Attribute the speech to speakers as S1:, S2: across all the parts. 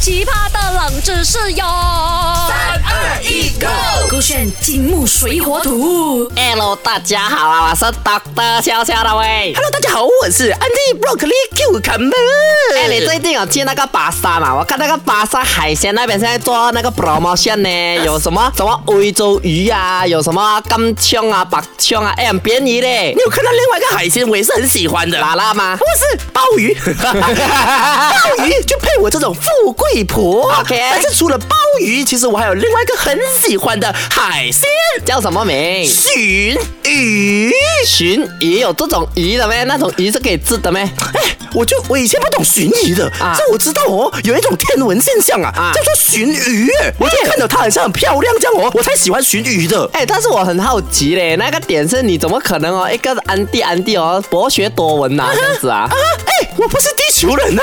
S1: 奇葩的冷知识哟！三
S2: 二一，Go！
S1: 勾选金木水火土。
S3: Hello，大家好啊，我是 Doctor 笑笑的喂。
S2: Hello，大家好，我是 Andy Broccoli Q c a m b e
S3: 哎、你最近有去那个巴沙嘛？我看那个巴沙海鲜那边现在做那个 promotion 呢，有什么什么欧洲鱼啊，有什么金枪啊、白枪啊，哎，很便宜嘞
S2: 你。有看到另外一个海鲜，我也是很喜欢的，
S3: 麻辣 吗
S2: 不是鲍 鱼，鲍鱼就配我这种富贵婆。
S3: OK
S2: 但是除了鲍鱼，其实我还有另外一个很喜欢的海鲜
S3: 叫什么名？
S2: 鲟鱼。
S3: 鲟鱼有这种鱼的咩？那种鱼是可以吃的咩？
S2: 哎，我就我以前不懂鲟鱼的，
S3: 啊
S2: 这我知道哦，有一种天文现象啊，
S3: 啊
S2: 叫做鲟鱼。哎我就看到它很像很漂亮这样哦，我才喜欢鲟鱼的。
S3: 哎、但是我很好奇嘞，那个点是你怎么可能哦？一个安迪安迪哦，博学多闻呐、这样子啊
S2: 啊。，哎，我不是地球人 呐、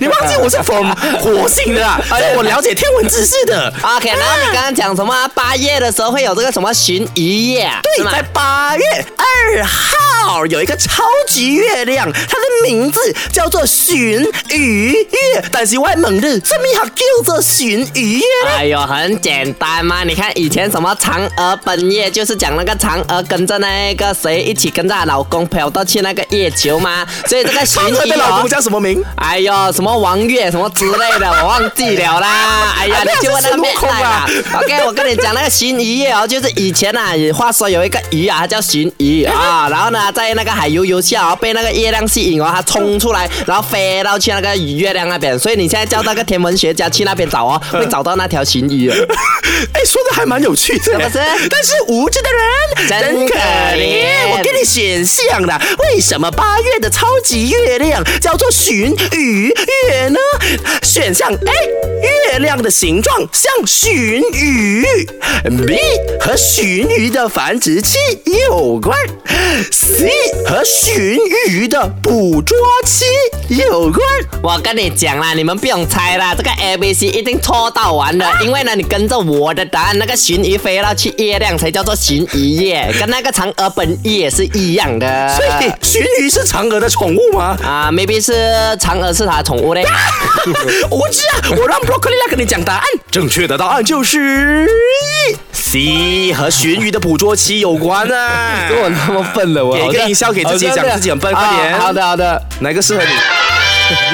S2: 你忘记我是 from 火星的啊，所以我了解天文知识的。
S3: OK，然后你刚刚讲什么啊？八月的时候会有这个什么鲟鱼夜啊？是
S2: 对，
S3: 吗
S2: 在八月二号有一个超级月亮，它的名字叫做鲟鱼月，但是外蒙日这么好叫做鲟鱼月呢。
S3: 哎呦，很简单嘛！你看以前什么嫦娥奔月，就是讲那个嫦娥跟着那个谁一起跟着她老公飘到去那个月球嘛，所以这个
S2: 嫦
S3: 鲟
S2: 娥
S3: 鱼
S2: 的老公
S3: 哦。
S2: 叫什么名？
S3: 哎呦，什么王月什么之类的，我忘记 了啦。哎呀，
S2: 啊
S3: 你
S2: 那
S3: 去问那个
S2: 是孙悟空啊
S3: Matt 啦 OK，我跟你讲，那个鲟鱼月哦，就是以前啊，话说有一个鱼啊，它叫鲟 鱼啊，然后呢，在那个海游游下哦，被那个月亮吸引哦，它冲出来，然后飞到去那个月亮那边。所以你现在叫那个天文学家去那边找哦，会找到那条啊鲟鱼的。
S2: 哎，说的还蛮有趣的，
S3: 是不是
S2: 但是无知的人
S3: 真可怜
S2: 我给你选项了，为什么八月的超级月亮叫做鲟鱼月呢？选项 A，月亮的形状像鲟鱼；B 和鲟鱼的繁殖期有关；C 和鲟鱼的捕捉期有关。
S3: 我跟你讲啦，你们不用猜啦，这个 A B C 一定错到完
S4: 啊
S3: 的，因为呢，你跟着我的答案，那个鲟鱼飞到去月亮才叫做鲟鱼夜， 跟那个嫦娥奔月是一样的。
S2: 所以鲟鱼是嫦娥的宠物吗？
S3: 啊、m a y b e 是嫦娥是他的宠物嘞。
S2: 我知啊，我让 Broccoli 来跟你讲答案。正确的答案就是 C 和鲟鱼的捕捉期有关 啊。
S4: 我那么笨了，我
S2: 给一
S4: 好
S2: 个
S4: 像
S2: 音效给自己
S4: 好像
S2: 讲
S4: 没有
S2: 自己很笨快点
S4: 啊好的好的，
S2: 哪个 适合你？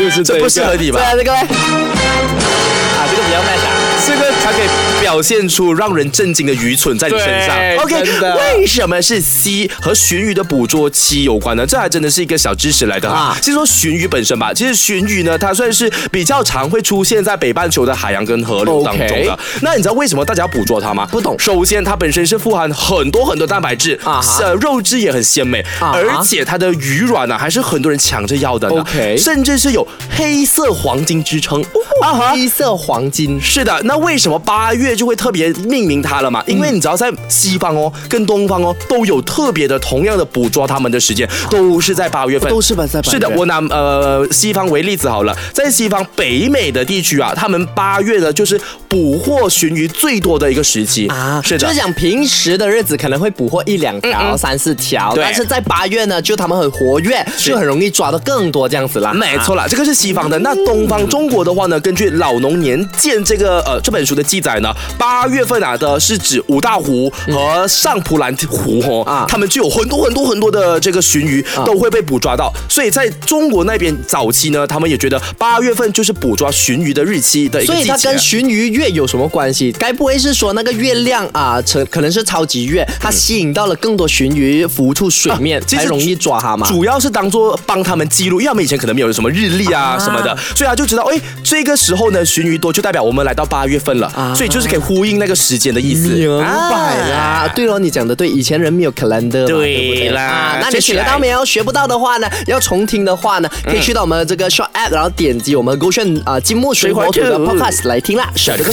S4: 就是
S2: 这
S4: 一
S2: 不
S4: 个
S2: 适合你
S3: 对
S2: 吧？
S3: 啊，这个嘞，啊，这个比较 match 啊。
S2: 这个才可以表现出让人震惊的愚蠢在你身上
S4: 对。真的
S2: 为什么是 C 和鲟鱼的捕捉期有关呢？这还真的是一个小知识来的哈
S3: 啊。
S2: 先说鲟鱼本身吧，其实鲟鱼呢，它算是比较常会出现在北半球的海洋跟河流当中的
S4: OK。
S2: 那你知道为什么大家要捕捉它吗？
S3: 不懂
S2: 首先，它本身是富含很多很多蛋白质
S3: 啊哈，
S2: 呃，肉质也很鲜美，
S3: 啊哈
S2: 而且它的鱼卵呢，还是很多人抢着要的呢。
S4: OK
S2: 甚至是有黑色黄金之称。啊哈
S3: 黑色黄金，
S2: 是的，那为什么八月就会特别命名它了嘛？因为你知道，在西方哦，跟东方哦，都有特别的同样的捕捉它们的时间，都是在八月份，
S4: 都是吧在八月
S2: 是的，我拿呃西方为例子好了，在西方北美的地区啊，他们八月呢就是捕获鲟鱼最多的一个时期
S3: 啊，
S2: 是的，嗯
S3: 就是讲平时的日子可能会捕获一两条、三四条，
S2: 对
S3: 但是在八月呢，就他们很活跃，就很容易抓到更多这样子啦。啊
S2: 没错啦，这个是西方的。那东方中国的话呢，根据《老农年鉴》这个呃这本书的记载呢，八月份啊的是指五大湖和上普兰湖哦，
S3: 啊
S2: 他们就有很多很多很多的这个鲟鱼都会被捕抓到，所以在中国那边早期呢，他们也觉得八月份就是捕抓鲟鱼的日期的一个季
S3: 所以
S2: 节。
S3: 它跟鲟鱼月有什么关系？该不会是说那个月亮啊，成可能是超级月，它吸引到了更多鲟鱼浮出水面，
S2: 嗯啊其实
S3: 才容易抓它嘛？
S2: 主要是当做帮他们记录，因为他们以前可能没有什么日历啊
S3: 啊
S2: 什么的，所以他就知道，哎，这个时候呢，鲟鱼多就代表我们来到八月份了，
S3: 啊
S2: 所以就是可以呼应那个时间的意思。
S3: 明白啦，对咯，你讲的对，以前人没有 calendar 嘛，对不对
S2: 啊啦啊
S3: 啊那你
S2: 接下
S3: 学
S2: 来
S3: 得到没有？学不到的话呢，要重听的话呢，可以去到我们这个 Short App，然后点击我们勾选啊金木水火土的
S2: 水火土
S3: Podcast 来听啦，选这个